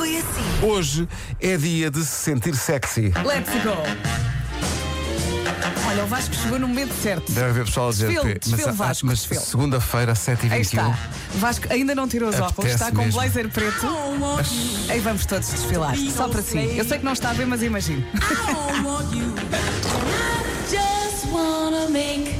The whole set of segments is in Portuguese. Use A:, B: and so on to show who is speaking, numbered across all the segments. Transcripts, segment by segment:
A: assim.
B: Hoje é dia de se sentir sexy.
C: Let's go! Olha, o Vasco chegou no momento certo.
B: Deve haver pessoal a dizer
C: Desfile,
B: "Pê,
C: desfile,
B: mas, ah,
C: Vasco,
B: mas
C: desfile."
B: segunda-feira, às
C: Aí
B: 7h21.
C: está. Vasco ainda não tirou os óculos,
B: Apetece
C: está com um
B: mesmo.
C: blazer preto. Aí vamos todos desfilar, só para si. Eu sei que não está a ver, mas imagino.
D: Just wanna make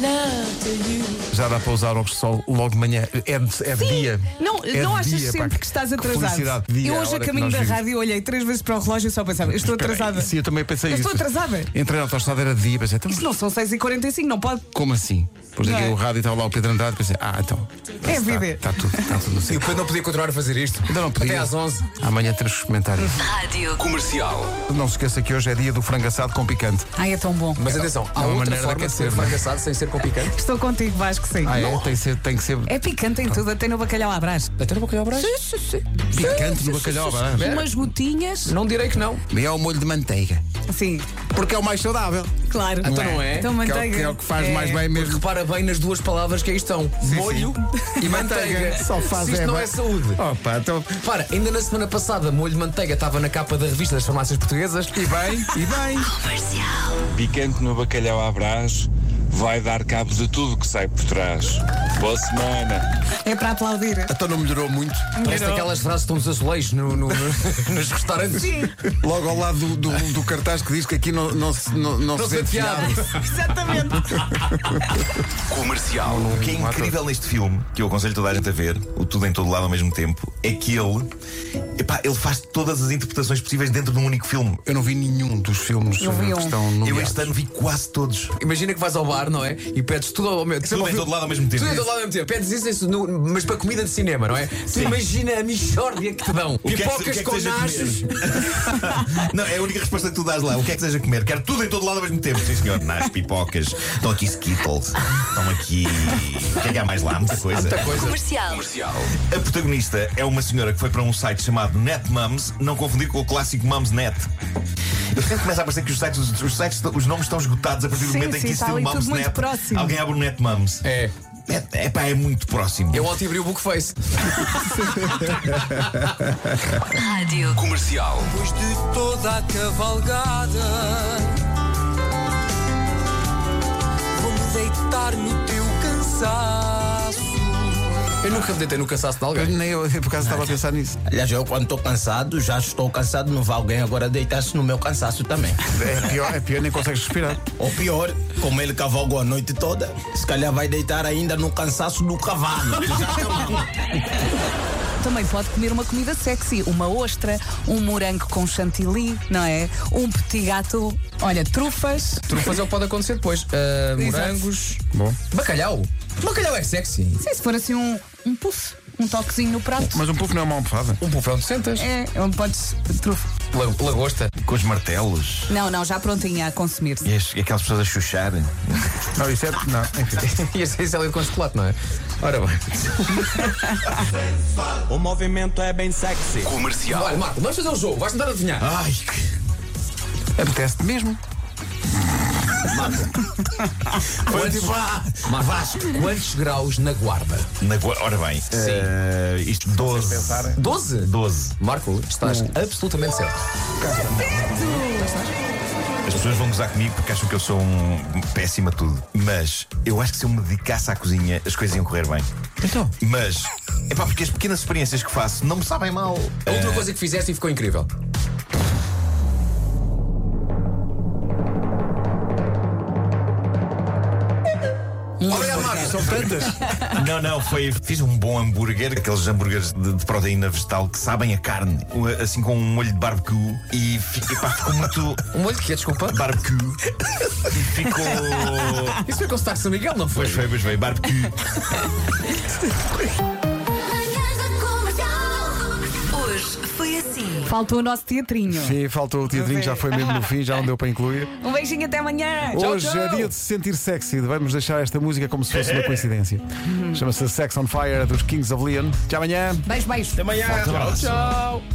D: love to you.
B: Já dá para usar óculos de sol logo de manhã. É, de- é de dia.
C: Não,
B: É de
C: não achas
B: dia,
C: sempre
B: pá,
C: que, estás atrasado?
B: felicidade de dia,
C: eu
B: a
C: hoje, a
B: hora que
C: caminho
B: nós
C: da
B: vivemos.
C: rádio, olhei três vezes para o relógio e só pensava, eu estou
B: Espera aí,
C: atrasada.
B: Sim, eu também pensei
C: Eu
B: isso.
C: estou atrasada.
B: Entrei na autostrada, era de dia, pensei, então,
C: Isto não são 6h45, não pode.
B: como assim? Depois
C: Não
B: liguei
C: é?
B: o rádio e estava lá o Pedro Andrade, pensei, ah, então.
C: É
B: está-
C: vida.
B: Está tudo, está tudo no
E: E
B: sítio.
E: depois não podia continuar a fazer isto.
B: Ainda não podia.
E: Até às 11.
B: Amanhã três comentários.
A: Rádio Comercial.
B: Não se esqueça que hoje é dia do frango assado com picante.
C: Ai, é tão bom.
E: Mas atenção, há
B: É uma
E: outra
B: maneira de
E: forma de
B: aquecer,
E: ser
B: não é?
E: fracassado sem ser com picante.
C: Estou contigo, Vasco, sim.
B: Ah, é? Tem, que ser- tem que ser
C: É picante em tudo, até no bacalhau à brás.
E: Até no bacalhau brás.
B: picante
E: é
B: no bacalhau, vá.
C: Umas gotinhas.
E: Não direi que não.
B: E é o molho de manteiga.
C: Sim,
B: Porque é o mais saudável.
C: claro.
E: Então não é?
C: Então
B: Que é o-
C: manteiga.
B: Que é o que faz
C: É.
B: mais bem mesmo.
E: Repara bem nas duas palavras que aí estão: molho e manteiga.
B: Só faz
E: Se isto
B: é
E: não
B: bem.
E: é saúde.
B: Opa, então.
E: Repara, ainda na semana passada, molho de manteiga estava na capa da revista das farmácias portuguesas.
B: E bem, e bem.
F: Picante no bacalhau à brás vai dar cabo de tudo que sai por trás. Boa semana.
C: É para aplaudir.
B: Então não melhorou muito.
E: Parece aquelas frases que estão nos azulejos no- no- no- nos restaurantes.
C: Sim,
B: Logo ao lado do, do- do cartaz que diz que aqui não, não se, não, não
E: Não
B: se sente fiado.
C: exatamente.
G: comercial. O que é incrível neste filme, que eu aconselho toda a gente a ver, o tudo em todo lado ao mesmo tempo, é que ele, epá, ele faz todas as interpretações possíveis dentro de um único filme.
B: Eu não vi nenhum dos filmes
C: Não vi
B: eh,
C: um.
B: que estão
G: Eu
B: nomeados.
G: este ano vi quase todos.
E: Imagina que vais ao bar, não é? E pedes tudo ao mesmo
G: Tudo em é todo lado ao mesmo tempo.
E: Tudo em todo lado ao mesmo tempo. Pedes isso, isso no- mas para comida de cinema, não é? Tu imagina a michórdia que te dão.
G: que é que-
E: Pipocas
G: o que é que
E: com
G: seja comer?
E: nachos.
G: Não, é a única resposta que tu dás lá. O que é que seja comer? Quero tudo em todo lado ao mesmo tempo. Sim, senhor. Nas pipocas. Estão aqui Skittles. Estão aqui. O que é que há mais lá? Muita coisa.
A: Comercial.
G: A protagonista é uma senhora que foi para um site chamado NetMums, não confundir com o clássico MumsNet. Eu sempre começa a parecer que os sites, os, os sites, os nomes estão esgotados a partir do
C: Sim,
G: momento em
C: sim,
G: que existe
C: está
G: o
C: ali tudo muito
G: MumsNet.
C: próximo.
G: Alguém abre o NetMums.
E: É.
G: É, é pá, é muito próximo.
E: Eu ontem abri o Bookface.
A: Rádio
F: Comercial.
H: Depois de toda a cavalgada, vou-me deitar no teu cansaço.
E: Eu nunca me deitei no cansaço de
B: Eu
E: alguém.
B: Nem eu, por acaso, estava a pensar nisso.
I: Aliás, eu quando estou cansado, já estou cansado, não vai alguém agora deitar-se no meu cansaço também.
B: É pior, é pior, nem consegues respirar.
I: Ou pior, como ele cavalgou a noite toda, se calhar vai deitar ainda no cansaço do cavalo.
C: Também pode comer uma comida sexy, uma ostra, um morango com chantilly, não é? Um petit gâteau, olha, trufas.
E: Trufas é o que pode acontecer depois. Ah,
C: Exato.
E: morangos.
B: Bom.
E: Bacalhau. Bacalhau é sexy.
C: Sim, se for assim um, um puff, um toquezinho no prato.
B: Mas um pouco não é uma almofada.
E: Um pufão de sentas.
C: É, onde podes. Trufa.
E: La- Lagosta.
G: Com os martelos
C: Não, não, já prontinha a consumir-se.
G: e, as- e aquelas pessoas a chuchar.
B: Não, isso é. Não, enfim.
E: E esta é ali com chocolate, não é? Ora bem.
H: O movimento é bem sexy. Ah,
F: Comercial.
E: Olha, Marco, vamos fazer um jogo. Vais tentar adivinhar.
G: Ai, que.
E: é
B: Apetece-te mesmo.
E: Quantos,
H: tipo, ah,
E: Marco, quantos graus na guarda?
G: Na, gua- ora bem. eh, isto 12.
E: 12?
G: 12.
E: Marco, estás absolutamente certo.
G: As pessoas vão gozar comigo porque acham que eu sou um péssimo a tudo. Mas eu acho que se eu me dedicasse à cozinha, as coisas iam correr bem.
E: Então.
G: Mas, é pá, porque as pequenas experiências que faço não me sabem mal.
E: A
H: É.
E: última coisa que fizeste e ficou incrível. Obrigado, Marcos. São tantas.
G: Não, não, foi. Fiz um bom hambúrguer, aqueles hambúrgueres de, de proteína vegetal que sabem a carne, assim com um molho de barbecue. E, fi- epá, ficou muito.
E: Um molho que é, desculpa.
G: Barbecue. E ficou.
E: Isso foi com o Star São Miguel, não foi?
G: Pois foi, pois foi, barbecue.
D: Manhãs da comercial.
A: Hoje foi assim.
C: Faltou o nosso teatrinho.
B: Sim, faltou o teatrinho, já foi mesmo no fim, já não deu para incluir.
C: Um beijinho até amanhã.
B: Hoje é dia de se sentir sexy. Vamos deixar esta música como se fosse uma coincidência. Chama-se Sex on Fire dos Kings of Leon. Até amanhã.
C: Beijo, beijo.
B: Forte abraço.